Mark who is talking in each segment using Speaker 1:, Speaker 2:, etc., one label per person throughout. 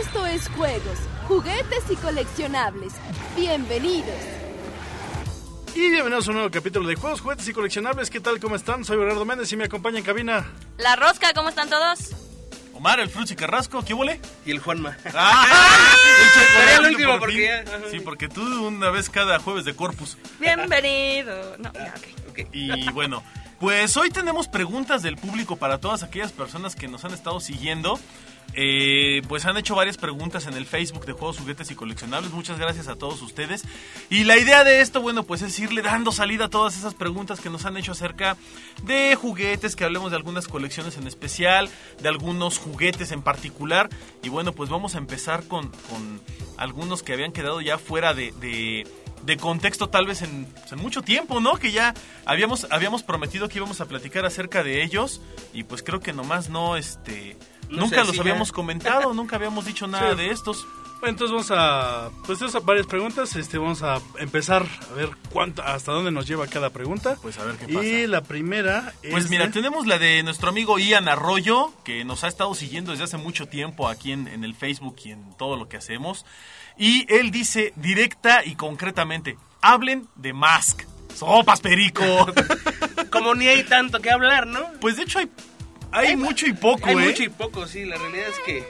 Speaker 1: Esto es juegos, juguetes y coleccionables. Bienvenidos.
Speaker 2: Y bienvenidos a un nuevo capítulo de Juegos, Juguetes y Coleccionables. ¿Qué tal? ¿Cómo están? Soy Bernardo Méndez y me acompaña en cabina.
Speaker 3: La rosca, ¿cómo están todos?
Speaker 4: Omar, el Fruchi Carrasco, ¿qué huele?
Speaker 5: Y el Juanma.
Speaker 4: Ah,
Speaker 5: el último
Speaker 4: por
Speaker 5: porque
Speaker 4: ti.
Speaker 5: ya- ajá.
Speaker 4: Sí, porque tú una vez cada jueves de Corpus.
Speaker 3: Bienvenido. No, ya, ok.
Speaker 5: Ok.
Speaker 4: Y bueno, pues hoy tenemos preguntas del público para todas aquellas personas que nos han estado siguiendo. Eh, pues han hecho varias preguntas en el Facebook de Juegos, Juguetes y Coleccionables. Muchas gracias a todos ustedes. Y la idea de esto, bueno, pues es irle dando salida a todas esas preguntas que nos han hecho acerca de juguetes, que hablemos de algunas colecciones en especial, de algunos juguetes en particular. Y bueno, pues vamos a empezar con, con algunos que habían quedado ya fuera de- de, de contexto tal vez en, pues, en mucho tiempo, ¿no? Que ya habíamos, habíamos prometido que íbamos a platicar acerca de ellos y pues creo que nomás no, este...
Speaker 5: No
Speaker 4: nunca
Speaker 5: sé,
Speaker 4: los
Speaker 5: sí,
Speaker 4: habíamos
Speaker 5: ya.
Speaker 4: comentado, nunca habíamos dicho nada
Speaker 2: Sí.
Speaker 4: de estos.
Speaker 2: Bueno, entonces vamos a. Pues tenemos varias preguntas. Este, vamos a empezar a ver cuánto, hasta dónde nos lleva cada pregunta.
Speaker 4: Pues a ver qué pasa.
Speaker 2: y la primera es.
Speaker 5: Este.
Speaker 4: Pues mira,
Speaker 2: de-
Speaker 4: tenemos la de nuestro amigo Ian Arroyo, que nos ha estado siguiendo desde hace mucho tiempo aquí en, en el Facebook y en todo lo que hacemos. Y él dice directa y concretamente, hablen de Mask. Sopas, perico.
Speaker 5: Como ni hay tanto que hablar, ¿no?
Speaker 4: pues de hecho hay, hay mucho y poco,
Speaker 5: Hay
Speaker 4: ¿eh?
Speaker 5: mucho y poco, sí. La realidad es que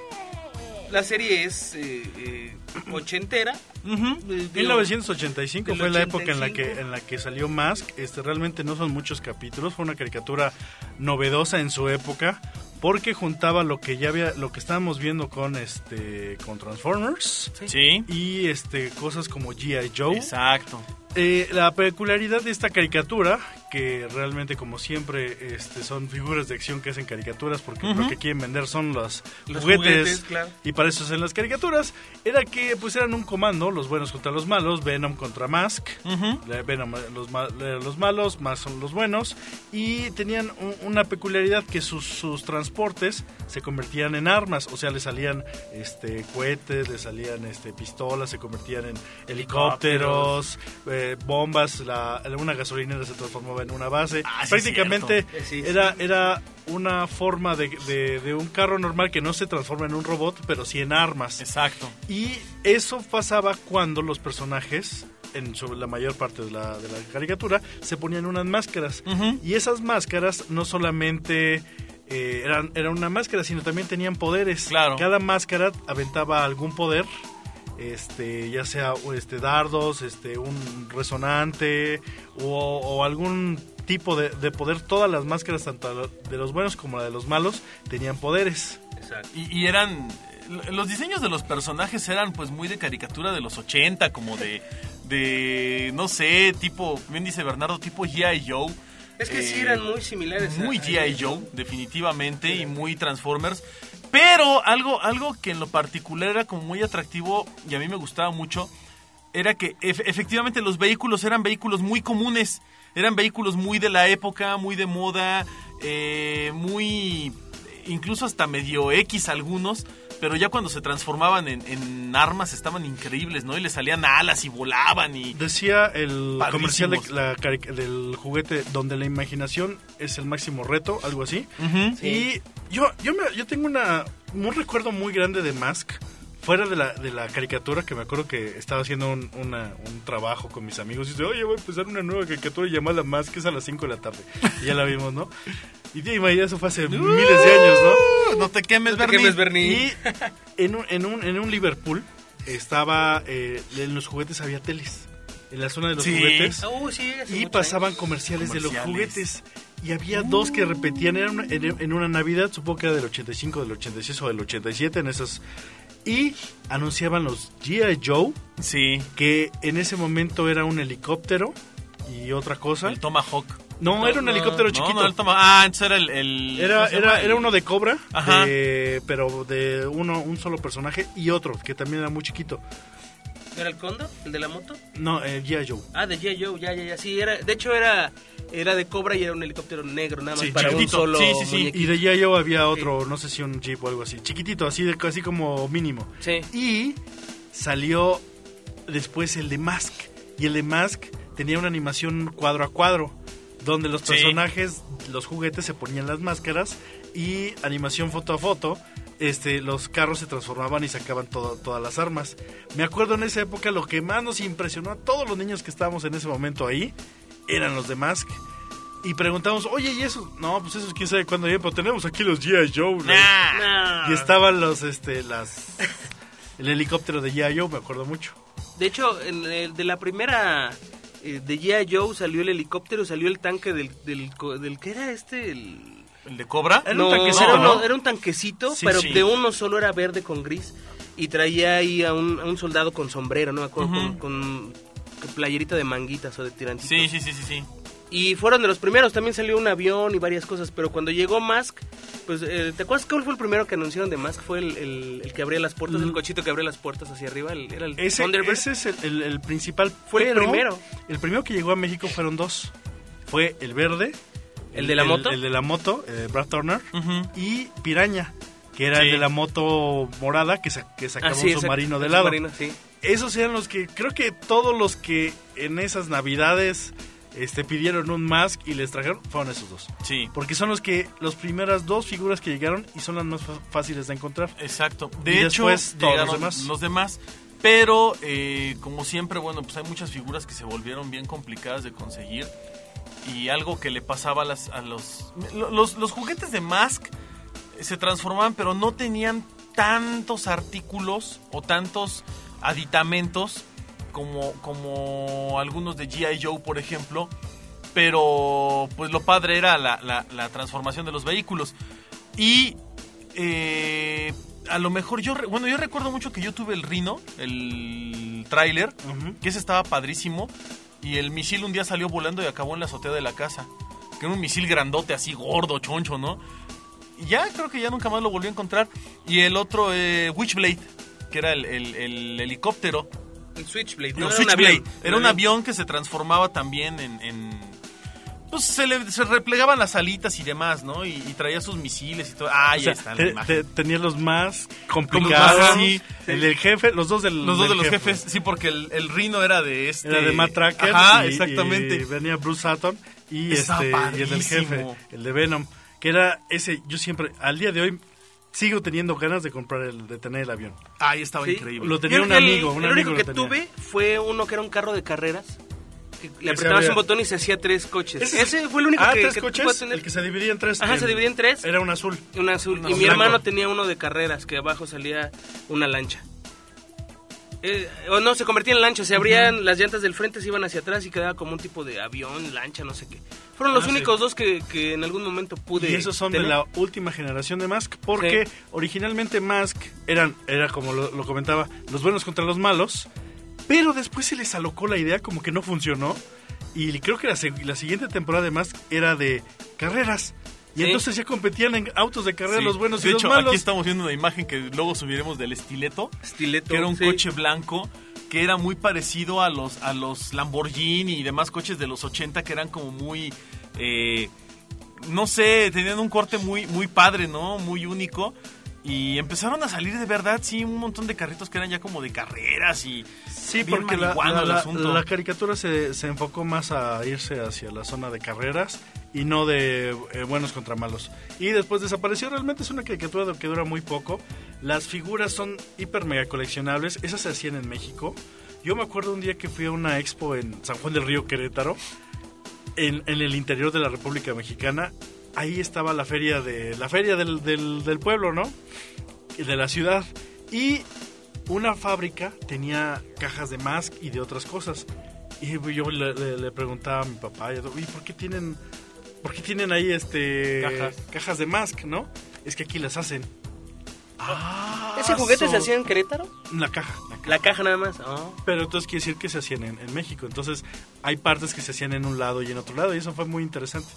Speaker 5: la serie es eh, eh, ochentera.
Speaker 4: Ujú.
Speaker 5: Eh, digo,
Speaker 2: 1985
Speaker 5: del
Speaker 2: fue la época en la
Speaker 5: 85.
Speaker 2: que en la que salió Mask. Este realmente no son muchos capítulos, fue una caricatura novedosa en su época porque juntaba lo que ya había lo que estábamos viendo con este con Transformers
Speaker 4: Sí.
Speaker 2: y este cosas como GI Joe.
Speaker 4: Exacto.
Speaker 2: Eh, la peculiaridad de esta caricatura, que realmente como siempre este, son figuras de acción que hacen caricaturas, porque lo
Speaker 4: Ujú.
Speaker 2: que quieren vender son los,
Speaker 5: Los
Speaker 2: juguetes,
Speaker 5: juguetes, claro.
Speaker 2: y para eso hacen las caricaturas, era que pues eran un comando, los buenos contra los malos, Venom contra Mask,
Speaker 4: Ujú.
Speaker 2: eh, Venom eh, los, ma- eh, los malos, Mask son los buenos, y tenían un- una peculiaridad que sus, sus transportes se convertían en armas, o sea, le salían este, cohetes, le salían este, pistolas, se convertían en helicópteros, eh, bombas, la, una gasolinera se transformaba en una base.
Speaker 4: Ah, sí,
Speaker 2: Prácticamente
Speaker 5: cierto. Eh, sí, sí.
Speaker 2: era, era una forma de, de- de un carro normal que no se transforma en un robot, pero sí en armas.
Speaker 4: Exacto.
Speaker 2: Y eso pasaba cuando los personajes, en su- la mayor parte de la, de la caricatura, se ponían unas máscaras.
Speaker 4: Ujú.
Speaker 2: Y esas máscaras no solamente eh, eran, era una máscara, sino también tenían poderes.
Speaker 4: Claro.
Speaker 2: Cada máscara aventaba algún poder. Este, ya sea o este, dardos, este, un resonante o, o algún tipo de, de poder. Todas las máscaras, tanto de los buenos como la de los malos, tenían poderes.
Speaker 5: Exacto.
Speaker 4: Y, y eran. Los diseños de los personajes eran pues muy de caricatura de los 80, como de. de no sé, tipo. Bien dice Bernardo, tipo G.I. Joe.
Speaker 5: Es que sí
Speaker 4: Eh,
Speaker 5: eran muy similares. a-
Speaker 4: Muy
Speaker 5: a-
Speaker 4: G.I. Joe, definitivamente, y muy Transformers. Pero algo, algo que en lo particular era como muy atractivo y a mí me gustaba mucho, era que ef- efectivamente los vehículos eran vehículos muy comunes, eran vehículos muy de la época, muy de moda, eh, muy incluso hasta medio X algunos, pero ya cuando se transformaban en, en armas estaban increíbles, ¿no? Y le salían alas y volaban y...
Speaker 2: Decía el
Speaker 4: Padrísimos.
Speaker 2: comercial de la cari- del juguete donde la imaginación es el máximo reto, algo así.
Speaker 4: Ujú.
Speaker 2: Y yo, yo, me- yo tengo una, un recuerdo muy grande de Mask, fuera de la, de la caricatura, que me acuerdo que estaba haciendo un, una- un trabajo con mis amigos y dice, oye, voy a empezar una nueva caricatura llamada Mask, que es a las 5 de la tarde. Y ya la vimos, ¿no? Y ya imagina, eso fue hace miles de años, ¿no?
Speaker 4: No te quemes,
Speaker 5: No te
Speaker 4: Bernie.
Speaker 5: quemes, Bernie.
Speaker 2: Y en un, en un, en un Liverpool estaba, eh, en los juguetes había teles, en la zona de los
Speaker 4: Sí.
Speaker 2: juguetes.
Speaker 5: Ah, uy, sí, hace
Speaker 2: Y
Speaker 5: mucho
Speaker 2: pasaban
Speaker 5: años.
Speaker 2: comerciales, de los
Speaker 4: Comerciales.
Speaker 2: juguetes. Y había dos que repetían era una- en, en una Navidad, supongo que era del 85, del 86 o del 87, en esas. Y anunciaban los G.I. Joe,
Speaker 4: Sí,
Speaker 2: que en ese momento era un helicóptero y otra cosa.
Speaker 4: el Tomahawk.
Speaker 2: No, era un
Speaker 5: no,
Speaker 2: helicóptero
Speaker 4: No,
Speaker 2: chiquito.
Speaker 4: no, él toma- Ah, entonces era el. el-
Speaker 2: Era,
Speaker 4: ¿cómo se llama?
Speaker 2: era, era uno de Cobra,
Speaker 4: Ajá.
Speaker 2: de- pero de uno, un solo personaje y otro, que también era muy chiquito.
Speaker 5: ¿Era el Condor? ¿El de la moto?
Speaker 2: No, eh, G.I. Joe.
Speaker 5: Ah, de G.I. Joe, ya, ya, ya. Sí, era, de hecho era, era de Cobra y era un helicóptero negro, nada más
Speaker 2: Sí,
Speaker 5: para
Speaker 4: chiquitito.
Speaker 5: un solo
Speaker 4: Sí, sí, sí.
Speaker 5: muñequito.
Speaker 2: Y de G.I. Joe había otro, no sé si un Jeep o algo así, chiquitito, así, de, así como mínimo.
Speaker 5: Sí.
Speaker 2: Y salió después el de Mask. Y el de Mask tenía una animación cuadro a cuadro, donde los
Speaker 4: Sí.
Speaker 2: personajes, los juguetes se ponían las máscaras y animación foto a foto. este, los carros se transformaban y sacaban todo- todas las armas. Me acuerdo en esa época lo que más nos impresionó a todos los niños que estábamos en ese momento ahí eran los de Mask. Y preguntamos, oye, ¿y esos? No, pues esos quién sabe cuándo vienen, pero tenemos aquí los G.I. Joe. los- Y estaban los, este, las... El helicóptero de G.I. Joe, me acuerdo mucho.
Speaker 5: De hecho, en el- de la primera eh, de G.I. Joe salió el helicóptero, salió el tanque del, del, co- del ¿qué era este? El...
Speaker 4: ¿El de Cobra?
Speaker 2: Era un tanquecito,
Speaker 5: era,
Speaker 2: ¿no?
Speaker 5: uno- era un tanquecito,
Speaker 4: Sí,
Speaker 5: pero
Speaker 4: sí.
Speaker 5: de uno solo era verde con gris. Y traía ahí a un, a un soldado con sombrero, no me acuerdo,
Speaker 4: Ujú.
Speaker 5: con, con playerita de manguitas o de tirantitos.
Speaker 4: Sí, sí, sí, sí, sí.
Speaker 5: Y fueron de los primeros, también salió un avión y varias cosas, pero cuando llegó Musk, pues, eh, ¿te acuerdas cuál fue el primero que anunciaron de Musk? Fue el, el- el que abría las puertas, el cochito que abría las puertas hacia arriba, el- era el
Speaker 2: Ese,
Speaker 5: Thunderbird.
Speaker 2: ese es el, el- el principal.
Speaker 5: Fue el
Speaker 2: pero
Speaker 5: primero.
Speaker 2: El primero que llegó a México fueron dos. Fue el verde.
Speaker 5: ¿El de la moto?
Speaker 2: El, de la moto, eh, Brad Turner.
Speaker 4: Ujú.
Speaker 2: Y Piraña, que era el
Speaker 4: Sí.
Speaker 2: de la moto morada que, sa- que sacaba
Speaker 5: Ah, sí,
Speaker 2: un
Speaker 5: exacto,
Speaker 2: submarino de
Speaker 5: el
Speaker 2: lado.
Speaker 5: submarino, sí.
Speaker 2: Esos eran los que, creo que todos los que en esas navidades este, pidieron un mask y les trajeron, fueron esos dos.
Speaker 4: Sí.
Speaker 2: Porque son los que, las primeras dos figuras que llegaron y son las más fa- fáciles de encontrar.
Speaker 4: Exacto.
Speaker 2: Y
Speaker 4: De hecho,
Speaker 2: después todos
Speaker 4: llegaron
Speaker 2: los demás.
Speaker 4: los demás. Pero, eh, como siempre, bueno, pues hay muchas figuras que se volvieron bien complicadas de conseguir. Y algo que le pasaba a, las- a los, lo- los... Los juguetes de Mask eh, se transformaban, pero no tenían tantos artículos o tantos aditamentos como, como algunos de G.I. Joe, por ejemplo. Pero, pues lo padre era la- la- la transformación de los vehículos. Y eh, a lo mejor yo, re- bueno, yo recuerdo mucho que yo tuve el Rino, el tráiler,
Speaker 2: Ujú.
Speaker 4: que ese estaba padrísimo. Y el misil un día salió volando y acabó en la azotea de la casa. Que era un misil grandote, así gordo, choncho, ¿no? Y ya creo que ya nunca más lo volví a encontrar. Y el otro, eh, Witchblade, que era el, el- el helicóptero.
Speaker 5: El Switchblade.
Speaker 4: No,
Speaker 5: no,
Speaker 4: Switchblade. Era un avión que se transformaba también en... en- pues se, le, se replegaban las alitas y demás, ¿no? Y, y traía sus misiles y todo. Ah,
Speaker 2: O
Speaker 4: ya
Speaker 2: sea,
Speaker 4: está la
Speaker 2: te-
Speaker 4: imagen.
Speaker 2: te- tenías los más complicados.
Speaker 4: Ajá, sí.
Speaker 2: El del jefe, los dos del
Speaker 4: Los dos de
Speaker 2: del
Speaker 4: los
Speaker 2: jefe.
Speaker 4: jefes, sí, porque el, el rino era de este.
Speaker 2: Era de Matt Tracker.
Speaker 4: Ajá,
Speaker 2: y- y
Speaker 4: exactamente.
Speaker 2: venía Bruce Sutton y,
Speaker 4: Estaba
Speaker 2: este, y el del
Speaker 4: padrísimo.
Speaker 2: jefe, el de Venom. Que era ese, yo siempre, al día de hoy, sigo teniendo ganas de comprar el, de tener el avión.
Speaker 4: Ahí estaba
Speaker 5: Sí.
Speaker 4: increíble.
Speaker 2: Lo tenía
Speaker 5: Yo
Speaker 2: un
Speaker 5: creo que el-
Speaker 2: amigo, un
Speaker 5: el único
Speaker 2: amigo lo
Speaker 5: que
Speaker 2: tenía.
Speaker 5: tuve fue uno que era un carro de carreras. Que le
Speaker 2: se
Speaker 5: apretabas
Speaker 2: abría.
Speaker 5: un botón y se hacía tres coches.
Speaker 2: Ese-
Speaker 5: Ese, fue el único
Speaker 2: ah,
Speaker 5: que,
Speaker 2: tres
Speaker 5: que
Speaker 2: coches,
Speaker 5: pude tener.
Speaker 2: el que se dividía en tres.
Speaker 5: Ajá, se dividía en tres.
Speaker 2: Era un azul.
Speaker 5: Un azul.
Speaker 4: Un
Speaker 5: y mi
Speaker 2: blanco.
Speaker 5: hermano tenía uno de carreras, que abajo salía una lancha. Eh, o no, se convertía en lancha. Se abrían las llantas del frente, se iban hacia atrás y quedaba como un tipo de avión, lancha, no sé qué. Fueron los
Speaker 2: Ah, sí.
Speaker 5: únicos dos que, que en algún momento pude.
Speaker 2: Y esos son de
Speaker 5: tener.
Speaker 2: la última generación de Mask, porque
Speaker 5: Sí.
Speaker 2: originalmente Mask eran, era como lo, lo comentaba, los buenos contra los malos, pero después se les alocó la idea, como que no funcionó, y creo que la, se- la siguiente temporada de Mask era de carreras, y
Speaker 5: Sí.
Speaker 2: entonces ya competían en autos de carrera
Speaker 4: Sí.
Speaker 2: los buenos
Speaker 4: de
Speaker 2: y
Speaker 4: hecho,
Speaker 2: los malos.
Speaker 4: aquí estamos viendo una imagen que luego subiremos del estileto,
Speaker 5: Estileto.
Speaker 4: que era un
Speaker 5: sí.
Speaker 4: coche blanco que era muy parecido a los, a los Lamborghini y demás coches de los 80 que eran como muy... eh, no sé, tenían un corte muy, muy padre, ¿no? Muy único. Y empezaron a salir de verdad, sí, un montón de carritos que eran ya como de carreras y...
Speaker 2: Sí,
Speaker 4: bien
Speaker 2: porque la,
Speaker 4: marihuano
Speaker 2: la-
Speaker 4: el
Speaker 2: la-
Speaker 4: asunto.
Speaker 2: la caricatura se, se enfocó más a irse hacia la zona de carreras y no de eh, buenos contra malos. Y después desapareció. Realmente es una caricatura que dura muy poco. Las figuras son hiper mega coleccionables. Esas se hacían en México. Yo me acuerdo un día que fui a una expo en San Juan del Río, Querétaro, en, en el interior de la República Mexicana. Ahí estaba la feria de la feria del, del- del pueblo, ¿no? Y De la ciudad. Y una fábrica tenía cajas de mask y de otras cosas. Y yo le, le- le preguntaba a mi papá, y "Oye, ¿por qué tienen, por qué tienen ahí este
Speaker 4: Cajas.
Speaker 2: de mask, no? Es que aquí las hacen.
Speaker 5: ¿Ese juguete
Speaker 2: so-
Speaker 5: se hacía en Querétaro?
Speaker 2: en La caja.
Speaker 5: La caja nada más. Ah.
Speaker 2: Pero entonces quiere decir que se hacían en, en México. Entonces hay partes que se hacían en un lado y en otro lado. Y eso fue muy interesante.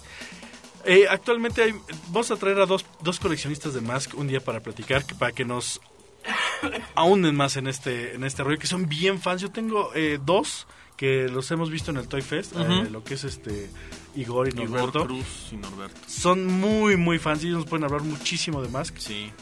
Speaker 2: Eh, actualmente hay- vamos a traer a dos, dos coleccionistas de Mask un día para platicar, que- para que nos ahunden más en este, en este rollo, que son bien fans. Yo tengo eh, dos que los hemos visto en el Toy Fest, eh,
Speaker 4: Ujú.
Speaker 2: lo que es este Igor y
Speaker 4: Igor
Speaker 2: Norberto.
Speaker 4: Cruz y Norberto.
Speaker 2: son muy, muy fans y ellos nos pueden hablar muchísimo de Mask.
Speaker 4: Sí.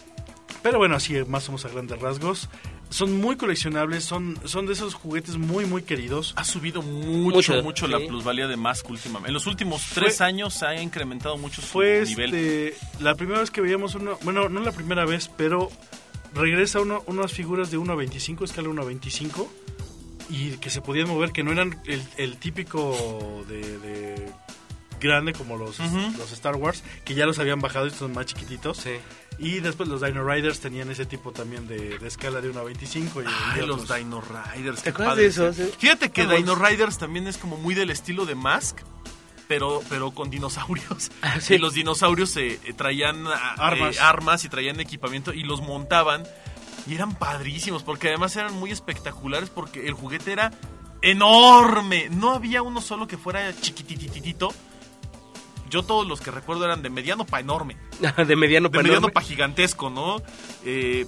Speaker 2: Pero bueno, así más somos a grandes rasgos. son muy coleccionables, son, son de esos juguetes muy, muy queridos.
Speaker 4: Ha subido mucho, mucho,
Speaker 5: Mucho,
Speaker 4: la
Speaker 5: sí.
Speaker 4: plusvalía de Mask últimamente. En los últimos tres
Speaker 2: Fue-
Speaker 4: años ha incrementado mucho su
Speaker 2: Fue
Speaker 4: nivel.
Speaker 2: este, la primera vez que veíamos uno, bueno, no la primera vez, pero regresa uno, unas figuras de 1 a 25, escala 1 a 25, y que se podían mover, que no eran el, el típico de, de grande como los,
Speaker 4: Ujú.
Speaker 2: los Star Wars, que ya los habían bajado, estos son más chiquititos.
Speaker 5: Sí.
Speaker 2: Y después los Dino Riders tenían ese tipo también de, de escala de 1 a 25. Y,
Speaker 4: Ay,
Speaker 2: y
Speaker 4: los
Speaker 2: otros.
Speaker 4: Dino Riders.
Speaker 5: ¿Te
Speaker 4: qué
Speaker 5: acuerdas
Speaker 4: padre
Speaker 5: de eso?
Speaker 4: está.
Speaker 5: Sí.
Speaker 4: Fíjate que
Speaker 5: Qué
Speaker 4: Dino
Speaker 5: buenos.
Speaker 4: Riders también es como muy del estilo de Mask, pero, pero con dinosaurios.
Speaker 5: Ah, sí.
Speaker 4: Y los dinosaurios eh, eh, traían ah, eh,
Speaker 2: Armas.
Speaker 4: armas y traían equipamiento y los montaban. Y eran padrísimos, porque además eran muy espectaculares, porque el juguete era enorme. No había uno solo que fuera chiquitititito. Yo todos los que recuerdo eran de mediano para enorme
Speaker 5: Ah, de mediano
Speaker 4: de
Speaker 5: para
Speaker 4: mediano
Speaker 5: enorme.
Speaker 4: para gigantesco, ¿no? Eh,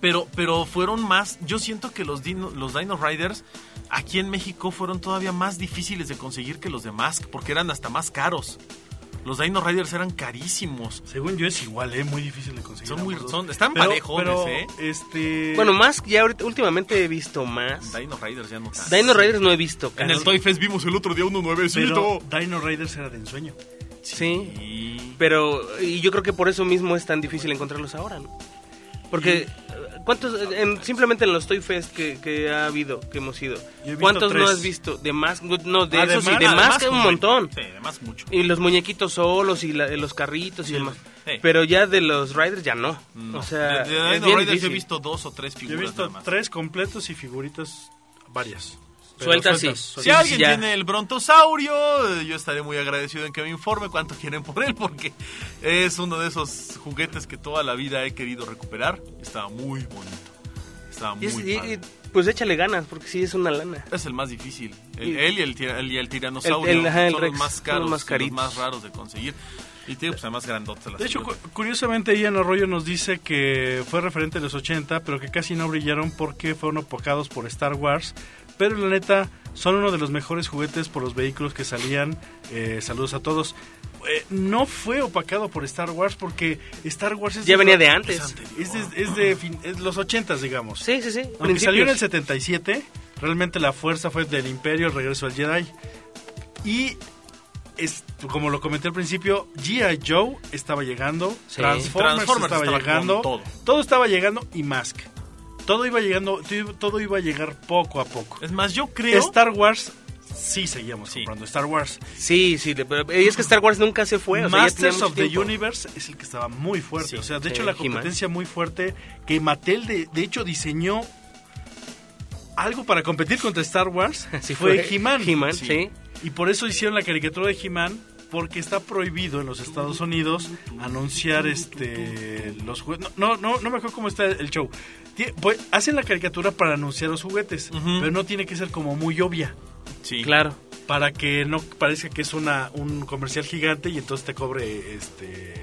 Speaker 4: pero, pero fueron más. Yo siento que los Dino, los Dino Riders aquí en México fueron todavía más difíciles de conseguir que los de Mask, porque eran hasta más caros. Los Dino Riders eran carísimos.
Speaker 2: Según yo es igual, ¿eh? muy difícil de conseguir.
Speaker 4: Son muy-
Speaker 2: ambos dos.
Speaker 4: son- están
Speaker 2: Pero-
Speaker 4: parejones,
Speaker 2: pero,
Speaker 4: ¿eh?
Speaker 2: Este,
Speaker 5: Bueno, más ya ahorita, últimamente he visto más.
Speaker 4: Dino Riders ya no tanto.
Speaker 5: Dino Raiders no he visto.
Speaker 4: En
Speaker 5: cara.
Speaker 4: el Toy Fest vimos el otro día uno nuevecito.
Speaker 2: pero Dino Riders era de ensueño.
Speaker 5: Sí.
Speaker 4: Y-
Speaker 5: Pero y yo creo que por eso mismo es tan difícil encontrarlos ahora, ¿no? Porque eh, ¿cuántos en- simplemente en los Toy Fest que, que ha habido, que hemos ido?
Speaker 2: he visto
Speaker 5: ¿Cuántos
Speaker 2: tres.
Speaker 5: no has visto de más? No, de
Speaker 2: Ah, de
Speaker 5: esos sí,
Speaker 2: más,
Speaker 5: de
Speaker 2: ah, de
Speaker 5: más
Speaker 4: Mask
Speaker 5: que un
Speaker 4: un buen.
Speaker 5: montón.
Speaker 4: Sí, de Mask mucho.
Speaker 5: Y los muñequitos solos y la- los carritos y demás.
Speaker 4: sí.
Speaker 5: Pero ya de los Riders ya no.
Speaker 4: No.
Speaker 5: O sea,
Speaker 4: de, de
Speaker 5: es
Speaker 4: Dino
Speaker 5: bien
Speaker 4: Riders yo
Speaker 5: difícil.
Speaker 4: he visto dos o tres
Speaker 2: Yo he
Speaker 4: figuras.
Speaker 2: visto
Speaker 4: nada más.
Speaker 2: tres completos y figuritas varias. Pero
Speaker 5: Sueltas, sí.
Speaker 4: Si
Speaker 5: Sí,
Speaker 4: alguien
Speaker 5: ya.
Speaker 4: tiene el brontosaurio, eh, yo estaré muy agradecido en que me informe cuánto quieren por él, porque es uno de esos juguetes que toda la vida he querido recuperar. Estaba muy bonito. Estaba muy
Speaker 5: Y es- y-
Speaker 4: padre.
Speaker 5: y, pues échale ganas, porque sí es una lana.
Speaker 4: Es el más difícil. El-
Speaker 5: Y-
Speaker 4: él y el, tira- el- y el tiranosaurio
Speaker 5: El- el- ajá, el
Speaker 4: son
Speaker 5: Rex,
Speaker 4: los más
Speaker 5: son
Speaker 4: caros,
Speaker 5: los más
Speaker 4: y
Speaker 5: caritos.
Speaker 4: más raros de conseguir. Y tiene pues, además grandotes las
Speaker 2: De hecho, cu-
Speaker 4: figuras.
Speaker 2: curiosamente Ian Arroyo nos dice que fue referente en los 80, pero que casi no brillaron porque fueron apocados por Star Wars. Pero la neta, son uno de los mejores juguetes por los vehículos que salían. Eh, saludos a todos. Eh, no fue opacado por Star Wars porque Star Wars es
Speaker 5: Ya venía de
Speaker 2: es
Speaker 5: antes.
Speaker 2: Es de, es de fin- es los 80, digamos.
Speaker 5: Sí, sí, sí.
Speaker 2: Aunque salió en el
Speaker 5: principios.
Speaker 2: 77, realmente la fuerza fue del Imperio, el regreso al Jedi. Y es, como lo comenté al principio, G.I. Joe estaba llegando,
Speaker 5: Sí.
Speaker 2: Transformers,
Speaker 4: Transformers
Speaker 2: estaba,
Speaker 4: estaba
Speaker 2: llegando,
Speaker 4: con todo.
Speaker 2: estaba llegando y Mask. Todo iba llegando, todo iba a llegar poco a poco.
Speaker 4: Es más, yo creo...
Speaker 2: Star Wars, sí seguíamos
Speaker 4: Sí.
Speaker 2: comprando Star Wars.
Speaker 5: Sí, sí, de- pero y es que Star Wars nunca se fue. o sea, ya tenía
Speaker 2: Masters
Speaker 5: mucho
Speaker 2: of the
Speaker 5: tiempo.
Speaker 2: Universe es el que estaba muy fuerte.
Speaker 4: Sí,
Speaker 2: o sea, de
Speaker 5: sí,
Speaker 2: hecho, la
Speaker 5: He-Man.
Speaker 2: competencia muy fuerte que Mattel, de, de hecho, diseñó algo para competir contra Star Wars.
Speaker 5: Sí,
Speaker 2: fue
Speaker 5: fue
Speaker 2: He-Man.
Speaker 5: He-Man, sí.
Speaker 2: Y por eso hicieron la caricatura de He-Man. Porque está prohibido en los Estados Unidos anunciar este los juguetes. No, no, no me acuerdo cómo está el show. Tie- pues, hacen la caricatura para anunciar los juguetes,
Speaker 4: Ujú.
Speaker 2: pero no tiene que ser como muy obvia
Speaker 4: Sí.
Speaker 5: Claro.
Speaker 2: para que no parezca que es una un comercial gigante y entonces te cobre este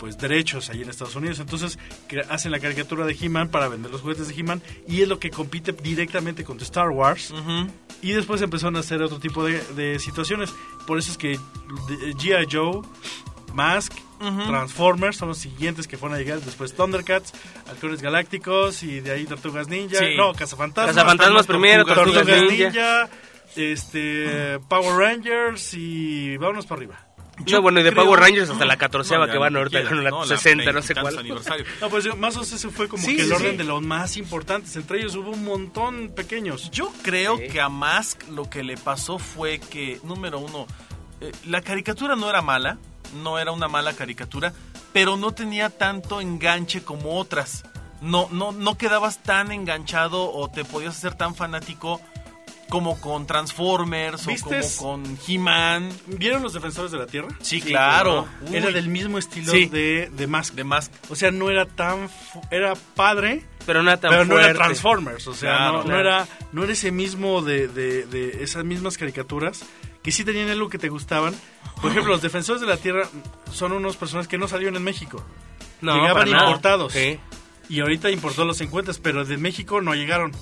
Speaker 2: pues derechos ahí en Estados Unidos. Entonces que hacen la caricatura de He-Man para vender los juguetes de He-Man y es lo que compite directamente contra Star Wars.
Speaker 4: Ujú.
Speaker 2: Y después empezaron a hacer otro tipo de, de situaciones. Por eso es que de- G.I. Joe, Mask,
Speaker 4: Ujú.
Speaker 2: Transformers son los siguientes que fueron a llegar. Después Thundercats, Halcones Galácticos y de ahí Tortugas Ninja.
Speaker 4: Sí.
Speaker 2: No, Cazafantasmas.
Speaker 5: Cazafantasmas primero,
Speaker 2: Tortugas,
Speaker 5: Tortugas
Speaker 2: Ninja.
Speaker 5: Ninja.
Speaker 2: Este, Power Rangers y vámonos para arriba.
Speaker 5: no, bueno, y de
Speaker 4: creo-
Speaker 5: Power Rangers hasta la 14
Speaker 4: No,
Speaker 5: que
Speaker 4: ya
Speaker 5: van
Speaker 4: lo
Speaker 5: ahorita
Speaker 4: quieras,
Speaker 5: con la
Speaker 4: ¿no?
Speaker 5: 60, no sé cuál.
Speaker 4: 20 aniversario.
Speaker 2: No, pues más o menos eso fue como
Speaker 5: Sí,
Speaker 2: que el
Speaker 5: sí,
Speaker 2: orden
Speaker 5: sí.
Speaker 2: de los más importantes. Entre ellos hubo un montón pequeños.
Speaker 4: Yo creo
Speaker 5: Sí.
Speaker 4: que a Mask lo que le pasó fue que, número uno, eh, la caricatura no era mala, no era una mala caricatura, pero no tenía tanto enganche como otras. No, no, no quedabas tan enganchado o te podías hacer tan fanático como con Transformers
Speaker 2: ¿Vistes?
Speaker 4: o como con He-Man.
Speaker 2: ¿Vieron los Defensores de la Tierra?
Speaker 4: Sí,
Speaker 5: Sí,
Speaker 4: claro. Uy,
Speaker 2: Era del mismo estilo
Speaker 4: Sí.
Speaker 2: de, de Mask.
Speaker 4: de Mask.
Speaker 2: O sea, no era tan. fu- Era padre,
Speaker 5: Pero no era tan
Speaker 2: pero no era
Speaker 5: fuerte.
Speaker 2: Transformers. O sea,
Speaker 4: Claro,
Speaker 2: no, no
Speaker 5: claro.
Speaker 2: era, no era ese mismo de, de- de esas mismas caricaturas que sí tenían algo que te gustaban. Por ejemplo, los Defensores de la Tierra son unos personajes que no salieron en México.
Speaker 5: no,
Speaker 2: Llegaban
Speaker 5: para nada.
Speaker 2: importados.
Speaker 5: Sí.
Speaker 2: Y ahorita importó los encuentros, pero de México no llegaron.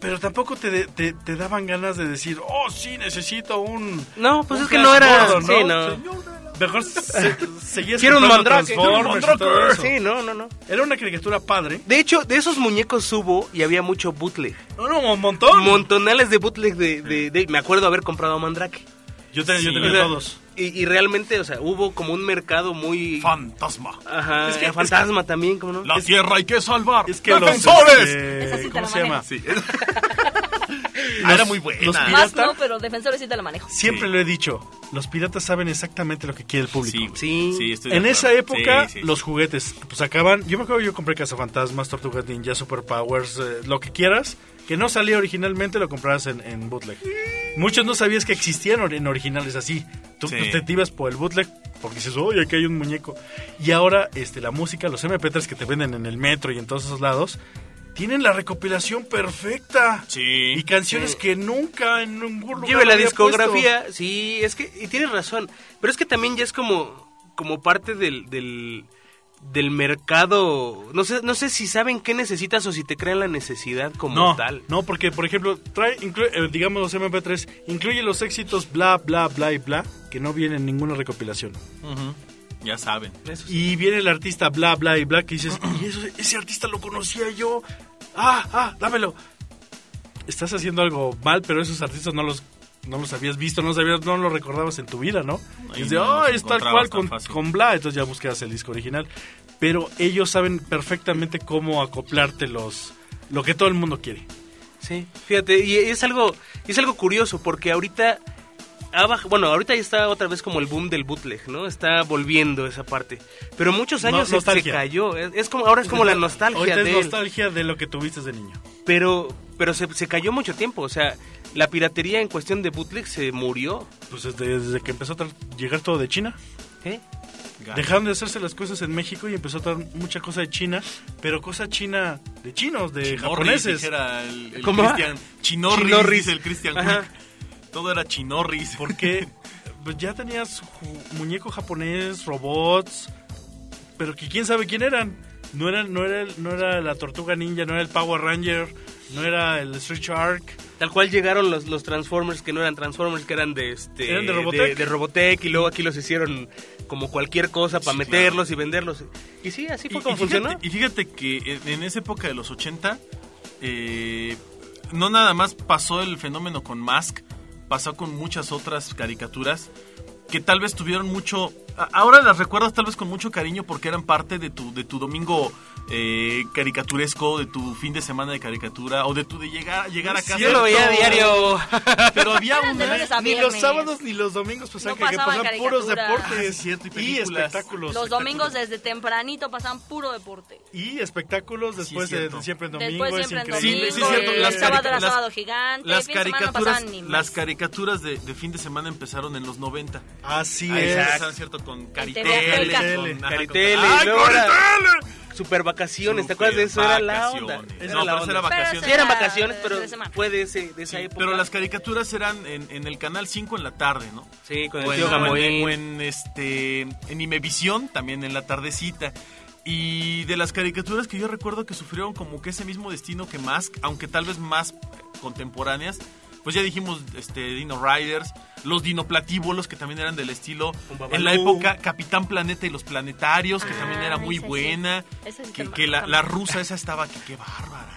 Speaker 2: Pero tampoco te, de- te, te daban ganas de decir, oh, sí, necesito un.
Speaker 5: No, pues
Speaker 2: un
Speaker 5: es que no era.
Speaker 2: transbordo",
Speaker 5: sí, no.
Speaker 2: Señor de la Mejor se, seguías
Speaker 5: Quiero un
Speaker 2: comprando
Speaker 5: mandrake.
Speaker 2: Transformers y todo eso.
Speaker 5: Sí, no, no, no.
Speaker 2: Era una caricatura padre.
Speaker 5: De hecho, de esos muñecos hubo y había mucho bootleg.
Speaker 2: No, no, un montón.
Speaker 5: Montonales de bootleg de, de- de- Me acuerdo haber comprado Mandrake.
Speaker 2: yo tenía, yo
Speaker 4: Sí.
Speaker 2: tenía
Speaker 5: O sea,
Speaker 2: todos.
Speaker 5: Y, y realmente, o sea, hubo como un mercado muy...
Speaker 4: Fantasma.
Speaker 5: Ajá,
Speaker 2: Es que-
Speaker 5: era fantasma también, ¿cómo no?
Speaker 4: La tierra hay que salvar.
Speaker 2: Es que los
Speaker 4: ¡Defensores!
Speaker 2: este,
Speaker 6: Esa sí te
Speaker 2: ¿Cómo
Speaker 6: la
Speaker 2: se llama?
Speaker 6: manejas.
Speaker 4: Sí. Ah, era muy buena.
Speaker 2: Los
Speaker 6: Más
Speaker 2: piratas.
Speaker 6: no, pero defensores sí te la manejo.
Speaker 2: Siempre
Speaker 4: Sí.
Speaker 2: lo he dicho. Los piratas saben exactamente lo que quiere el público.
Speaker 4: Sí, güey.
Speaker 5: Sí.
Speaker 4: Sí, estoy de
Speaker 2: En
Speaker 4: acuerdo.
Speaker 2: esa época,
Speaker 4: Sí, sí, sí.
Speaker 2: los juguetes pues sacaban. Yo me acuerdo que yo compré Cazafantasmas, Tortugas Ninja, Superpowers, eh, lo que quieras. Que no salía originalmente, lo comprabas en, en bootleg. Muchos no sabías que existían or- en originales así. Tú
Speaker 4: Sí.
Speaker 2: tú te ibas por el bootleg porque dices, oye, aquí hay un muñeco. Y ahora este, la música, los MP3 que te venden en el metro y en todos esos lados, tienen la recopilación perfecta.
Speaker 4: Sí.
Speaker 2: Y canciones
Speaker 5: Sí.
Speaker 2: que nunca en ningún lugar.
Speaker 5: Lleve la
Speaker 2: había
Speaker 5: discografía, sí, es que, y tienes razón, pero es que también ya es como, como parte del, del, del mercado, no sé, no sé si saben qué necesitas o si te crean la necesidad como
Speaker 2: No,
Speaker 5: tal.
Speaker 2: no, porque por ejemplo, trae, inclu- eh, digamos los MP3, incluye los éxitos bla, bla, bla y bla, que no viene en ninguna recopilación.
Speaker 4: Ujú. Ya saben.
Speaker 5: Eso sí.
Speaker 2: Y viene el artista bla, bla y bla, que dices, y eso, ese artista lo conocía yo, ah, ah, dámelo. Estás haciendo algo mal, pero esos artistas no los, no los habías visto, no los, habías, no los recordabas en tu vida, ¿no?
Speaker 4: Ahí
Speaker 2: Y es de,
Speaker 4: no los
Speaker 2: "Ah, es tal
Speaker 4: encontrabas
Speaker 2: cual
Speaker 4: tan
Speaker 2: con,
Speaker 4: fácil".
Speaker 2: con bla, entonces ya buscabas el disco original. Pero ellos saben perfectamente cómo acoplarte los, lo que todo el mundo quiere.
Speaker 5: Sí, fíjate, y es algo, es algo curioso porque ahorita, ha baj- bueno, ahorita ya está otra vez como el boom del bootleg, ¿no? Está volviendo esa parte, pero muchos
Speaker 2: No-
Speaker 5: años se- se,
Speaker 2: nostalgia.
Speaker 5: cayó, es, es como, ahora es como la nostalgia
Speaker 2: Ahorita
Speaker 5: de
Speaker 2: es
Speaker 5: él.
Speaker 2: nostalgia de lo que tuviste de niño.
Speaker 5: pero, pero se, se cayó mucho tiempo, o sea, la piratería en cuestión de bootleg se murió.
Speaker 2: Pues desde, desde que empezó a tra- llegar todo de China.
Speaker 5: ¿Eh?
Speaker 2: Dejaron de hacerse las cosas en México y empezó a traer mucha cosa de China, pero cosa china de chinos, de
Speaker 4: Chinorris,
Speaker 2: japoneses.
Speaker 4: dijera el, el
Speaker 5: ¿Cómo?
Speaker 4: Christian. Chinorris,
Speaker 5: Chinorris.
Speaker 4: dice el Christian
Speaker 5: Ajá.
Speaker 4: Quick. Todo era chinorris.
Speaker 2: Porque pues, ya tenías ju- muñeco japonés, robots, pero que quién sabe quién eran. No era, no, era, el- no era la Tortuga Ninja, no era el Power Ranger, no era el Street Shark.
Speaker 5: Tal cual llegaron los, los Transformers que no eran Transformers, que eran de este
Speaker 2: Eran de Robotech.
Speaker 5: de Robotech, y luego aquí los hicieron como cualquier cosa para
Speaker 4: Sí,
Speaker 5: meterlos y venderlos. Y sí, así fue como
Speaker 4: fíjate-
Speaker 5: funcionó.
Speaker 4: y fíjate que en, en esa época de los 80, eh, no nada más pasó el fenómeno con Mask, pasó con muchas otras caricaturas que tal vez tuvieron mucho... a- Ahora las recuerdas tal vez con mucho cariño porque eran parte de tu, de tu domingo eh, caricaturesco, de tu fin de semana de caricatura o de tu de llegar, llegar a casa.
Speaker 5: Yo lo veía a diario.
Speaker 4: Pero había
Speaker 6: Eran de
Speaker 4: una...
Speaker 6: lunes a
Speaker 2: Ni los
Speaker 6: viernes.
Speaker 2: sábados ni los domingos pasaban
Speaker 6: No
Speaker 2: que, que
Speaker 6: pasaban
Speaker 2: pasaban puros
Speaker 6: caricaturas.
Speaker 2: deportes
Speaker 4: Ah, sí, cierto, y
Speaker 2: y
Speaker 4: películas.
Speaker 2: espectáculos.
Speaker 6: Los domingos
Speaker 2: espectáculos.
Speaker 6: desde tempranito pasaban puro deporte.
Speaker 2: Y espectáculos después de,
Speaker 4: cierto.
Speaker 2: de siempre en domingo.
Speaker 6: Después
Speaker 2: es
Speaker 6: siempre en
Speaker 2: increíble.
Speaker 6: domingo,
Speaker 4: Sí, sí, cierto,
Speaker 6: el
Speaker 4: las
Speaker 6: sábado
Speaker 4: carica-
Speaker 6: era
Speaker 4: las-
Speaker 6: sábado gigante,
Speaker 4: Las
Speaker 6: fin de semana no
Speaker 4: caricaturas,
Speaker 6: pasaban ni más.
Speaker 4: las caricaturas de, de fin de semana empezaron en los 90.
Speaker 2: Así
Speaker 4: Ahí
Speaker 2: es.
Speaker 4: empezaron, ¿cierto? Con Caritele.
Speaker 6: Azteca.
Speaker 4: con- Ah, ajá,
Speaker 5: Caritele,
Speaker 4: con- ¡Ay,
Speaker 5: y luego era-
Speaker 4: Caritele!
Speaker 5: Super vacaciones, ¿te acuerdas de eso? Era la onda.
Speaker 4: Supervacaciones.
Speaker 5: Era
Speaker 4: No,
Speaker 5: la
Speaker 4: pero eso era
Speaker 5: onda.
Speaker 4: vacaciones.
Speaker 6: Pero
Speaker 5: Sí, eran
Speaker 6: era
Speaker 5: vacaciones, pero
Speaker 6: de semana.
Speaker 5: fue de, ese, de esa
Speaker 4: Sí,
Speaker 5: época.
Speaker 4: pero las caricaturas eran en, en el canal 5 en la tarde, ¿no?
Speaker 5: Sí, con el
Speaker 4: O en,
Speaker 5: tío
Speaker 4: o en-
Speaker 5: Gamoín.
Speaker 4: o en, este en Imevisión también en la tardecita. Y de las caricaturas que yo recuerdo que sufrieron como que ese mismo destino que Mask, aunque tal vez más contemporáneas, pues ya dijimos este Dino Riders, los dinoplatíbolos que también eran del estilo
Speaker 5: Un Babalú.
Speaker 4: en la época Capitán Planeta y los Planetarios, que
Speaker 6: Ah,
Speaker 4: también era muy
Speaker 6: esa sí.
Speaker 4: buena,
Speaker 6: Esa sí
Speaker 4: que,
Speaker 6: está-
Speaker 4: que la,
Speaker 6: está-
Speaker 4: la rusa esa estaba que qué bárbara.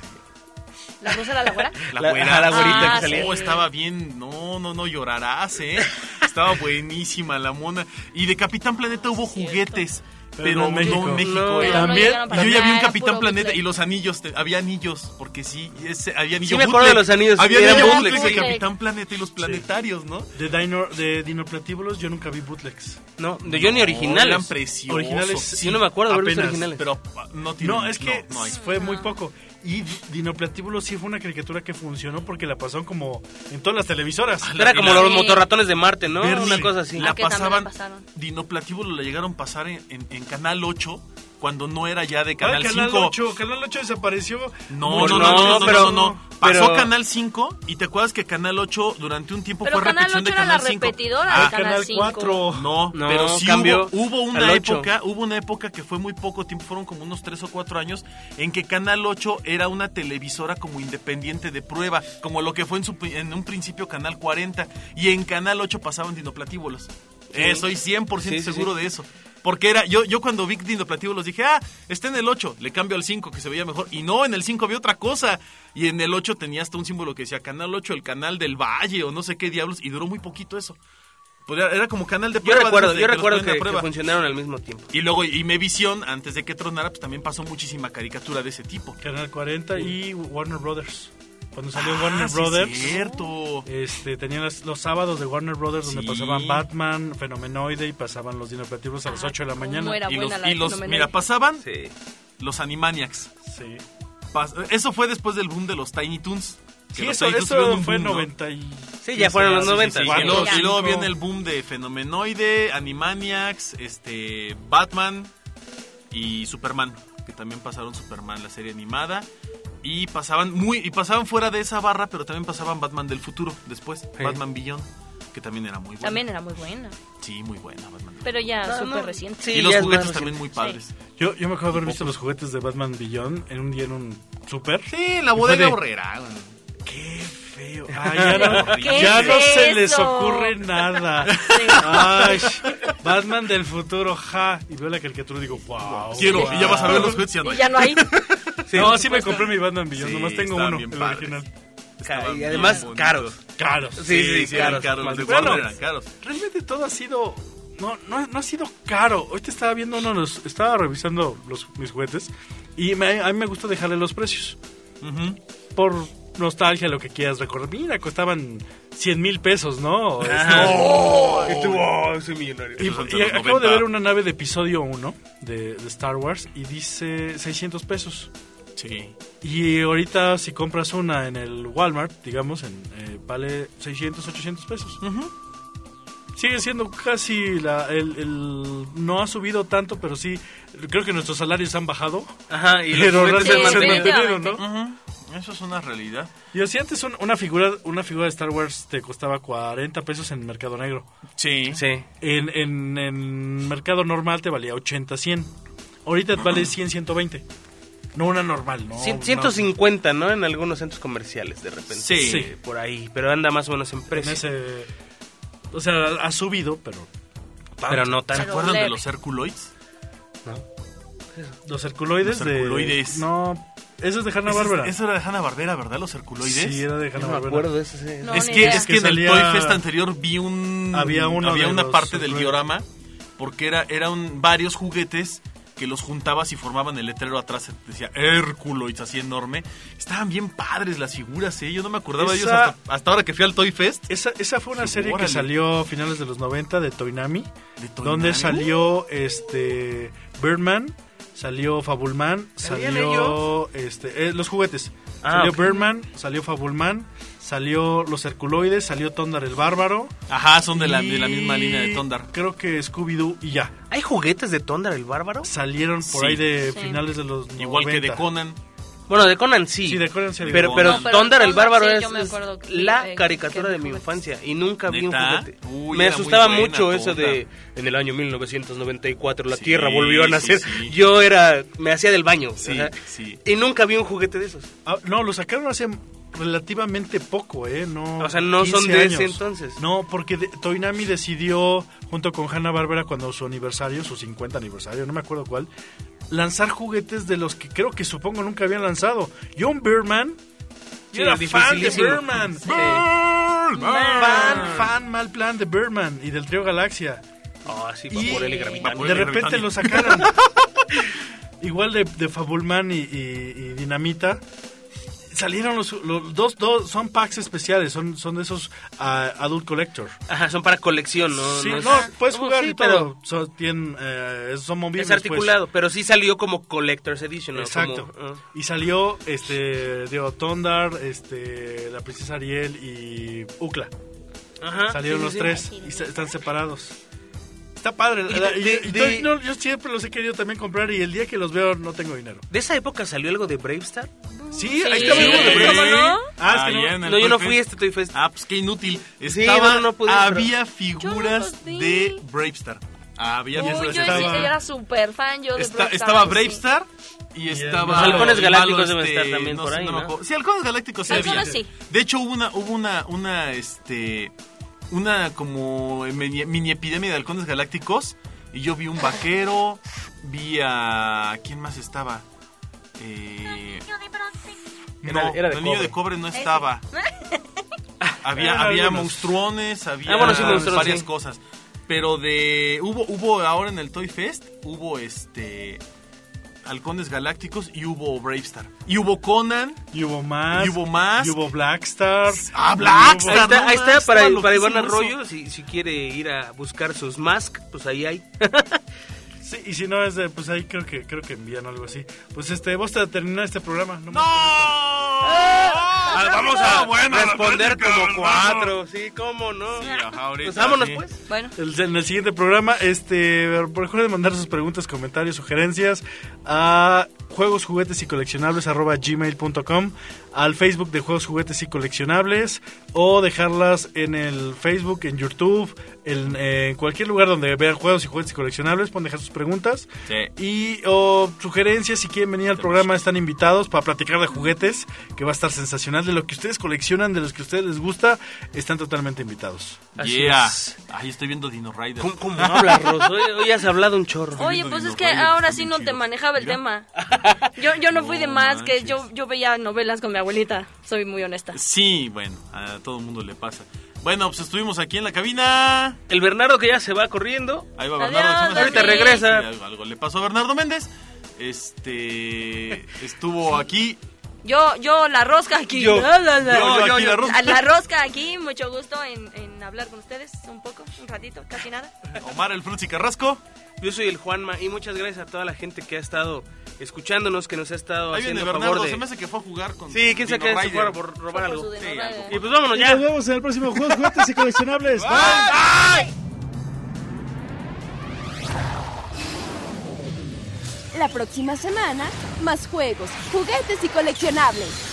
Speaker 6: ¿La rusa era la güera?
Speaker 4: La,
Speaker 5: La-
Speaker 4: güera,
Speaker 5: ajá, la
Speaker 6: güerita
Speaker 4: Ah,
Speaker 6: que salía.
Speaker 4: no, estaba bien. No, no, no llorarás, ¿eh? Estaba buenísima la mona. Y de Capitán Planeta hubo juguetes.
Speaker 2: Pero
Speaker 4: Pero
Speaker 2: no
Speaker 4: no
Speaker 2: en
Speaker 4: en
Speaker 2: México.
Speaker 4: México.
Speaker 5: No,
Speaker 4: eh.
Speaker 6: Pero no
Speaker 2: También,
Speaker 6: llegaron para
Speaker 4: yo ya
Speaker 6: acá,
Speaker 4: vi un
Speaker 6: era
Speaker 4: Capitán
Speaker 6: puro
Speaker 4: Planeta
Speaker 6: bootleg.
Speaker 4: y los anillos, te- había anillos, porque sí, ese- había anillos.
Speaker 5: me acuerdo de los anillos,
Speaker 4: Había
Speaker 5: eran
Speaker 4: anillos
Speaker 5: bootleg.
Speaker 4: bootlegs de
Speaker 6: Bootleg.
Speaker 4: Capitán Planeta y los planetarios, ¿no?
Speaker 2: De, dino, de dinoplatíbulos yo nunca vi bootlegs.
Speaker 5: No, de yo ni
Speaker 4: No,
Speaker 5: originales.
Speaker 4: Eran preciosos.
Speaker 2: Originales,
Speaker 5: Yo no me acuerdo de ver los
Speaker 2: apenas,
Speaker 5: originales.
Speaker 4: Pero ah, no tiene.
Speaker 2: no, es que
Speaker 4: no hay.
Speaker 2: fue muy poco. Y Di- Dinoplatíbulos sí fue una caricatura que funcionó porque la pasaron como en todas las televisoras.
Speaker 5: Era como
Speaker 4: la-
Speaker 5: los
Speaker 6: Sí.
Speaker 5: motorratones de Marte, ¿no?
Speaker 4: Verle.
Speaker 5: Una cosa así.
Speaker 4: La
Speaker 6: Ah, que también
Speaker 4: pasaban.
Speaker 6: la pasaron.
Speaker 4: Dinoplatíbulo la llegaron a pasar en, en- en Canal 8 cuando no era ya de
Speaker 2: Ah,
Speaker 4: Canal,
Speaker 2: Canal
Speaker 4: 5.
Speaker 2: 8, Canal 8 desapareció.
Speaker 4: No,
Speaker 5: Pues
Speaker 4: no, no,
Speaker 5: no,
Speaker 4: no, no,
Speaker 5: pero-
Speaker 4: no, no. Pasó
Speaker 5: pero-
Speaker 4: Canal 5 y te acuerdas que Canal 8 durante un tiempo
Speaker 6: Pero
Speaker 4: fue
Speaker 6: Canal
Speaker 4: repetición
Speaker 6: 8
Speaker 4: de
Speaker 6: era
Speaker 4: Canal
Speaker 6: la
Speaker 4: 5.
Speaker 6: repetidora de
Speaker 2: Ah, Canal
Speaker 6: Canal 5.
Speaker 2: 4.
Speaker 4: No,
Speaker 5: No,
Speaker 4: pero sí
Speaker 5: cambió
Speaker 4: hubo, hubo
Speaker 5: al
Speaker 4: una
Speaker 5: 8.
Speaker 4: época, hubo una época que fue muy poco tiempo, fueron como unos 3 o 4 años, en que Canal 8 era una televisora como independiente de prueba, como lo que fue en, su pri- en un principio Canal 40, y en Canal 8 pasaban dinoplatíbolos. Eh, soy 100%
Speaker 5: Sí, sí,
Speaker 4: seguro
Speaker 5: sí.
Speaker 4: de eso. Porque era, yo, yo cuando vi Dinoplativos los dije, ah, está en el 8, le cambio al 5 que se veía mejor. Y no, en el 5 había otra cosa. Y en el 8 tenía hasta un símbolo que decía Canal 8, el canal del valle o no sé qué diablos. Y duró muy poquito eso. Pues era, era como canal de
Speaker 5: Yo
Speaker 4: prueba.
Speaker 5: recuerdo,
Speaker 4: antes de
Speaker 5: yo
Speaker 4: los
Speaker 5: recuerdo
Speaker 4: ponen a
Speaker 5: que, que
Speaker 4: prueba.
Speaker 5: funcionaron al mismo tiempo.
Speaker 4: Y luego Imevisión, antes de que tronara, pues también pasó muchísima caricatura de ese tipo.
Speaker 2: Canal 40 y Warner Brothers. Cuando salió
Speaker 4: Ah,
Speaker 2: Warner
Speaker 4: sí,
Speaker 2: Brothers,
Speaker 4: cierto.
Speaker 2: este, tenían las- los sábados de Warner Brothers donde
Speaker 4: Sí.
Speaker 2: pasaban Batman, Fenomenoide y pasaban los dinoplativos a
Speaker 4: Ah,
Speaker 2: las 8 de la mañana.
Speaker 6: cómo era.
Speaker 4: Y los,
Speaker 6: buena la
Speaker 4: y
Speaker 6: de
Speaker 4: los-
Speaker 6: Fenomenal.
Speaker 4: mira, pasaban
Speaker 5: Sí.
Speaker 4: los Animaniacs.
Speaker 2: Sí,
Speaker 4: Pas- eso fue después del boom de los Tiny Toons. que
Speaker 2: Sí,
Speaker 4: los
Speaker 2: eso,
Speaker 4: Tiny Toons
Speaker 2: eso
Speaker 4: tuvieron un
Speaker 2: fue
Speaker 4: boom, ¿no?
Speaker 2: 90 y... Ah,
Speaker 5: Sí, ya fueron los
Speaker 4: Sí, sí,
Speaker 5: 90.
Speaker 4: sí,
Speaker 5: ya.
Speaker 4: Y, luego, y luego
Speaker 2: Cinco.
Speaker 4: viene el boom de Fenomenoide, Animaniacs, este, Batman y Superman. Que también pasaron Superman, la serie animada. Y pasaban muy y pasaban fuera de esa barra, pero también pasaban Batman del futuro después.
Speaker 5: Sí.
Speaker 4: Batman Beyond, que también era muy buena.
Speaker 6: También era muy buena.
Speaker 4: Sí, muy buena Batman.
Speaker 6: Pero ya
Speaker 5: No,
Speaker 6: Ah, súper
Speaker 5: no.
Speaker 6: reciente.
Speaker 5: Sí,
Speaker 4: y
Speaker 5: ya
Speaker 4: los
Speaker 5: es
Speaker 4: juguetes
Speaker 5: más
Speaker 4: también
Speaker 5: reciente.
Speaker 4: muy padres.
Speaker 2: Yo, yo me acuerdo de haber visto los juguetes de Batman Beyond en un día en un super.
Speaker 4: Sí, la bodega
Speaker 2: de-
Speaker 4: horrera. güey.
Speaker 2: ¡Qué feo! Ay, ya no,
Speaker 4: ¿Qué
Speaker 2: ya
Speaker 6: es
Speaker 2: no se
Speaker 6: eso?
Speaker 2: les ocurre nada. Ay, Batman del futuro, ja. Y veo la caricatura y digo, wow.
Speaker 4: Quiero, y ya vas a ver los
Speaker 2: wow.
Speaker 4: juguetes y ya no
Speaker 6: Y
Speaker 4: hay.
Speaker 6: ya no hay.
Speaker 2: no, sí me compré mi Batman Beyond,
Speaker 4: Sí,
Speaker 2: nomás tengo
Speaker 4: estaban
Speaker 2: uno,
Speaker 4: bien
Speaker 2: el
Speaker 4: padres.
Speaker 2: original.
Speaker 4: Estaban
Speaker 5: Y
Speaker 4: bien
Speaker 5: además,
Speaker 4: bonitos.
Speaker 5: caros.
Speaker 2: Claro.
Speaker 5: Sí, sí,
Speaker 4: eran
Speaker 5: caros.
Speaker 4: Los de
Speaker 2: Bueno.
Speaker 4: Warner eran caros.
Speaker 2: Realmente todo ha sido... No, no, no ha sido caro. Hoy te estaba viendo uno, de los- estaba revisando los, mis juguetes y me- a mí me gusta dejarle los precios.
Speaker 4: Ujú.
Speaker 2: Por nostalgia, lo que quieras recordar. Mira, costaban 100 mil pesos, ¿no?
Speaker 5: Y tú, oh, soy millonario.
Speaker 2: Y,
Speaker 4: Esos son
Speaker 2: y
Speaker 4: de los
Speaker 2: acabo de
Speaker 4: 90.
Speaker 2: ver una nave de episodio 1 de, de Star Wars y dice 600 pesos.
Speaker 4: Sí.
Speaker 2: Y ahorita si compras una en el Walmart, digamos, en, eh, vale 600, 800 pesos. Sigue siendo casi la... El, el- no ha subido tanto, pero sí, creo que nuestros salarios han bajado.
Speaker 5: Ajá, y los
Speaker 2: Pero
Speaker 5: juguetes
Speaker 2: realmente
Speaker 5: se
Speaker 6: han
Speaker 2: se han
Speaker 5: mantienen.
Speaker 6: mantenido.
Speaker 2: mantenido, ¿no?
Speaker 4: Ujú. Eso es una realidad.
Speaker 2: Y así antes un- una, figura, una figura de Star Wars te costaba 40 pesos en Mercado Negro.
Speaker 4: Sí.
Speaker 5: Sí.
Speaker 2: En, en, en mercado normal te valía 80, 100. Ahorita te vale 100, 120. No una normal, ¿no?
Speaker 5: Cien-
Speaker 2: no.
Speaker 5: 150, ¿no? En algunos centros comerciales, de repente.
Speaker 4: Sí.
Speaker 2: Sí.
Speaker 5: Por ahí, pero anda más o menos en
Speaker 2: En
Speaker 5: precio.
Speaker 2: ese- o sea, ha subido, pero
Speaker 5: Pero no
Speaker 4: ¿Se
Speaker 5: tanto.
Speaker 4: acuerdan
Speaker 6: leve.
Speaker 4: de los Herculoids?
Speaker 2: los circuloides
Speaker 4: Los
Speaker 2: de...
Speaker 4: herculoides.
Speaker 2: No, eso es de Hanna
Speaker 4: Ese es-
Speaker 2: Bárbara.
Speaker 4: Eso era de Hanna Barbera, ¿verdad? Los Herculoides.
Speaker 2: Sí, era de
Speaker 5: Yo no
Speaker 2: Hanna
Speaker 5: me
Speaker 2: Bárbara.
Speaker 5: acuerdo de ese. ese-
Speaker 6: No,
Speaker 4: es
Speaker 6: ni
Speaker 4: que,
Speaker 6: idea.
Speaker 4: es que,
Speaker 2: Que
Speaker 4: en el
Speaker 2: salía-
Speaker 4: Toy Fest anterior vi un.
Speaker 2: Había uno
Speaker 4: había
Speaker 2: de
Speaker 4: una
Speaker 2: los
Speaker 4: parte del
Speaker 2: Herculoides.
Speaker 4: diorama. Porque era, eran varios juguetes que los juntabas y formaban el letrero atrás. Decía Herculoids, así enorme. Estaban bien padres las figuras, ¿eh? Yo no me acordaba de ellos
Speaker 2: Esa-
Speaker 4: hasta, hasta ahora que fui al Toy Fest.
Speaker 2: Esa, esa fue una
Speaker 4: Sí,
Speaker 2: serie
Speaker 4: órale.
Speaker 2: que salió a finales de los 90 de Toynami,
Speaker 4: De Toy
Speaker 2: donde
Speaker 4: Nami.
Speaker 2: salió este Birdman, salió Fabulman,
Speaker 5: ¿Salían
Speaker 2: salió este eh, los juguetes.
Speaker 5: Ah,
Speaker 2: salió
Speaker 5: ok.
Speaker 2: Birdman, salió Fabulman, salió los Herculoides, salió Tondar el Bárbaro.
Speaker 4: Ajá, son de la,
Speaker 2: y
Speaker 4: de la misma línea de Tondar.
Speaker 2: Creo que Scooby-Doo y ya.
Speaker 5: ¿Hay juguetes de Tondar el Bárbaro?
Speaker 2: Salieron por
Speaker 4: Sí.
Speaker 2: ahí de
Speaker 6: Sí.
Speaker 2: finales de los
Speaker 4: Igual que de
Speaker 2: 90.
Speaker 4: Conan.
Speaker 5: Bueno, de Conan sí.
Speaker 2: Sí, de Conan sí.
Speaker 5: Pero,
Speaker 4: No,
Speaker 5: pero,
Speaker 6: pero
Speaker 5: Tondar el
Speaker 6: Tondar
Speaker 5: Bárbaro
Speaker 6: sí,
Speaker 5: es,
Speaker 6: yo me acuerdo
Speaker 5: es
Speaker 6: que-
Speaker 5: la
Speaker 6: eh,
Speaker 5: caricatura
Speaker 6: que
Speaker 5: de mi
Speaker 6: juguetes.
Speaker 5: infancia y nunca vi un
Speaker 4: ¿Neta?
Speaker 5: juguete.
Speaker 4: Uy,
Speaker 5: me
Speaker 4: era muy
Speaker 5: asustaba
Speaker 4: buena,
Speaker 5: mucho eso
Speaker 4: Tondar.
Speaker 5: de en el año 1994 la
Speaker 4: Sí,
Speaker 5: Tierra volvió a
Speaker 4: sí,
Speaker 5: nacer.
Speaker 4: sí.
Speaker 5: Yo era me hacía del baño,
Speaker 4: Sí,
Speaker 5: o sea,
Speaker 4: sí.
Speaker 5: Y nunca vi un juguete de esos.
Speaker 2: Ah, no, lo sacaron hace relativamente poco, ¿eh? No,
Speaker 5: O sea, no son
Speaker 2: 15
Speaker 5: de ese
Speaker 2: años.
Speaker 5: entonces.
Speaker 2: No, porque de- Toynami decidió, junto con Hanna-Barbera, cuando su aniversario, su 50 aniversario, no me acuerdo cuál, lanzar juguetes de los que creo que supongo nunca habían lanzado. Yo, un Birdman,
Speaker 5: Sí,
Speaker 2: yo era fan de
Speaker 5: dificilísimo.
Speaker 2: Birdman.
Speaker 5: Sí.
Speaker 2: Fan, fan, mal plan de Birdman y del Trío Galaxia.
Speaker 5: Ah, sí,
Speaker 2: Y-
Speaker 5: Vaporel y Gravitano.
Speaker 4: Vaporel.
Speaker 2: de
Speaker 4: y
Speaker 2: repente
Speaker 4: Gravitano.
Speaker 2: lo sacaron. Igual de, de Fabulman y, y- y Dinamita. Salieron los, los dos, dos, son packs especiales, son, son de esos ah, Adult Collector.
Speaker 5: Ajá, son para colección, no
Speaker 2: sí,
Speaker 5: no
Speaker 2: no,
Speaker 5: es- Oh,
Speaker 2: puedes
Speaker 5: Sí,
Speaker 2: jugar y
Speaker 5: pero
Speaker 2: todo. Son, tienen, eh, son
Speaker 5: es
Speaker 2: movibles. pues.
Speaker 5: articulado, pero sí salió como collector's edition, ¿no?
Speaker 2: Exacto.
Speaker 5: Como, ah.
Speaker 2: Y salió este de Tondar, este, la princesa Ariel y Ucla.
Speaker 5: Ajá,
Speaker 2: Salieron
Speaker 5: sí,
Speaker 2: los
Speaker 5: sí, sí.
Speaker 2: tres y se- están separados. Está padre.
Speaker 5: Y
Speaker 2: la-
Speaker 5: de-
Speaker 2: y-
Speaker 5: de-
Speaker 2: y
Speaker 5: de-
Speaker 2: yo- no, yo siempre los he querido también comprar y el día que los veo no tengo dinero.
Speaker 5: De esa época salió algo de Brave Star.
Speaker 2: Sí,
Speaker 6: Sí,
Speaker 2: ahí estaba el juego de
Speaker 6: ¿cómo
Speaker 2: Brave.
Speaker 6: no?
Speaker 2: Ah, es que
Speaker 4: Ahí
Speaker 2: no.
Speaker 4: en el
Speaker 5: No, yo
Speaker 4: Toy
Speaker 5: no fui a
Speaker 4: Fest.
Speaker 5: este Toy Fest.
Speaker 4: Ah, pues qué inútil.
Speaker 5: Sí,
Speaker 4: Estaba,
Speaker 5: no, no pude,
Speaker 4: había
Speaker 6: Yo
Speaker 4: figuras
Speaker 6: no los vi.
Speaker 4: de Bravestar. Ah, Había
Speaker 6: Uy, yo
Speaker 4: figuras
Speaker 6: sí
Speaker 2: estaba-
Speaker 6: era súper fan. Yo de
Speaker 4: Esta-
Speaker 6: Brave Star,
Speaker 4: estaba
Speaker 6: sí.
Speaker 4: Bravestar y
Speaker 2: el-
Speaker 4: estaba.
Speaker 2: Los
Speaker 5: halcones
Speaker 4: el
Speaker 5: galácticos
Speaker 4: malo, este,
Speaker 5: deben estar también
Speaker 4: no
Speaker 5: por
Speaker 4: sé,
Speaker 5: ahí,
Speaker 4: no me
Speaker 5: ¿no?
Speaker 4: acuerdo. Sí, halcones galácticos sí
Speaker 6: Halcones
Speaker 4: había.
Speaker 6: sí.
Speaker 4: De hecho, hubo una, hubo una, una, este. una como mini, mini epidemia de halcones galácticos y yo vi un vaquero, vi a... ¿Quién más estaba? Eh,
Speaker 5: Era-
Speaker 4: no,
Speaker 5: era de
Speaker 4: el niño de cobre no estaba.
Speaker 6: ¿Eh?
Speaker 4: había
Speaker 2: Eran
Speaker 4: había
Speaker 2: algunos.
Speaker 4: monstruones, había
Speaker 5: Ah, bueno, sí, monstruos,
Speaker 4: varias
Speaker 5: sí.
Speaker 4: cosas. Pero de hubo hubo ahora en el Toy Fest hubo este halcones galácticos y hubo Bravestar y hubo Conan.
Speaker 2: Y hubo más.
Speaker 4: Y hubo más.
Speaker 2: Y hubo Blackstar.
Speaker 4: Ah,
Speaker 2: y
Speaker 4: Blackstar.
Speaker 5: Ahí está,
Speaker 4: no,
Speaker 5: ahí está
Speaker 4: está
Speaker 5: para,
Speaker 4: loquísimo
Speaker 5: para Iván
Speaker 4: eso.
Speaker 5: Arroyo, si, si quiere ir a buscar sus masks, pues ahí hay.
Speaker 2: Sí, y si no es de, pues ahí creo que creo que envían algo así. Pues este, vamos a terminar este programa. No.
Speaker 4: ¡No! Ah, vamos a bueno,
Speaker 5: responder
Speaker 4: la plática,
Speaker 5: como cuatro, sí, cómo no.
Speaker 4: Sí, ajá, ahorita,
Speaker 5: pues vámonos
Speaker 4: sí.
Speaker 5: pues.
Speaker 3: Bueno,
Speaker 2: El- en el siguiente programa, este, recuerden mandar sus preguntas, comentarios, sugerencias a juegos, juguetes y coleccionables gmail.com, al Facebook de juegos, juguetes y coleccionables o dejarlas en el Facebook, en YouTube, en eh, cualquier lugar donde vean juegos y juguetes y coleccionables, pueden dejar sus preguntas.
Speaker 4: Sí.
Speaker 2: Y o sugerencias, si quieren venir al programa, están invitados para platicar de juguetes, que va a estar sensacional. De lo que ustedes coleccionan, de los que a ustedes les gusta, están totalmente invitados.
Speaker 5: Así
Speaker 4: Yeah.
Speaker 5: es.
Speaker 4: Ahí estoy viendo Dino Rider.
Speaker 5: ¿Cómo, cómo hablas, Ros? Hoy, hoy has hablado un chorro.
Speaker 4: Oye,
Speaker 3: oye, pues
Speaker 4: Dino
Speaker 3: es que
Speaker 4: Riders,
Speaker 3: ahora
Speaker 4: está
Speaker 3: sí
Speaker 4: bien
Speaker 3: no te
Speaker 4: chido.
Speaker 3: manejaba el
Speaker 4: Mira.
Speaker 3: tema. Yo, yo no fui de
Speaker 4: No
Speaker 3: más, que yo,
Speaker 4: manches.
Speaker 3: yo veía novelas con mi abuelita. Soy muy honesta.
Speaker 4: Sí, bueno, a todo el mundo le pasa. Bueno, pues estuvimos aquí en la cabina.
Speaker 5: El Bernardo que ya se va corriendo.
Speaker 4: Ahí va
Speaker 3: Adiós,
Speaker 4: Bernardo. se me hace
Speaker 3: Ahorita
Speaker 4: que-
Speaker 5: regresa.
Speaker 4: sí, algo, algo le pasó a Bernardo Méndez. Este estuvo aquí.
Speaker 3: Yo, yo, la rosca aquí.
Speaker 2: Yo.
Speaker 3: La, la, la.
Speaker 4: Yo, yo, yo, la rosca.
Speaker 3: A la rosca aquí, mucho gusto en, en hablar con ustedes un poco, un ratito, casi nada.
Speaker 4: Omar el Frutzi Carrasco.
Speaker 5: Yo soy el Juanma y muchas gracias a toda la gente que ha estado escuchándonos, que nos ha estado
Speaker 4: Ahí viene
Speaker 5: haciendo favor
Speaker 4: Bernardo.
Speaker 5: de...
Speaker 4: Se me hace que fue a jugar con.
Speaker 5: Sí, quién
Speaker 4: Dino
Speaker 5: sabe qué se
Speaker 4: Rider.
Speaker 5: fuera por robar
Speaker 6: Por su
Speaker 5: algo.
Speaker 4: Sí,
Speaker 6: denorrada.
Speaker 4: algo.
Speaker 5: Y pues vámonos
Speaker 2: Nos
Speaker 5: ya.
Speaker 2: vemos en el próximo Juegos, Juguetes y Coleccionables. Bye.
Speaker 1: La próxima semana, más juegos, juguetes y coleccionables.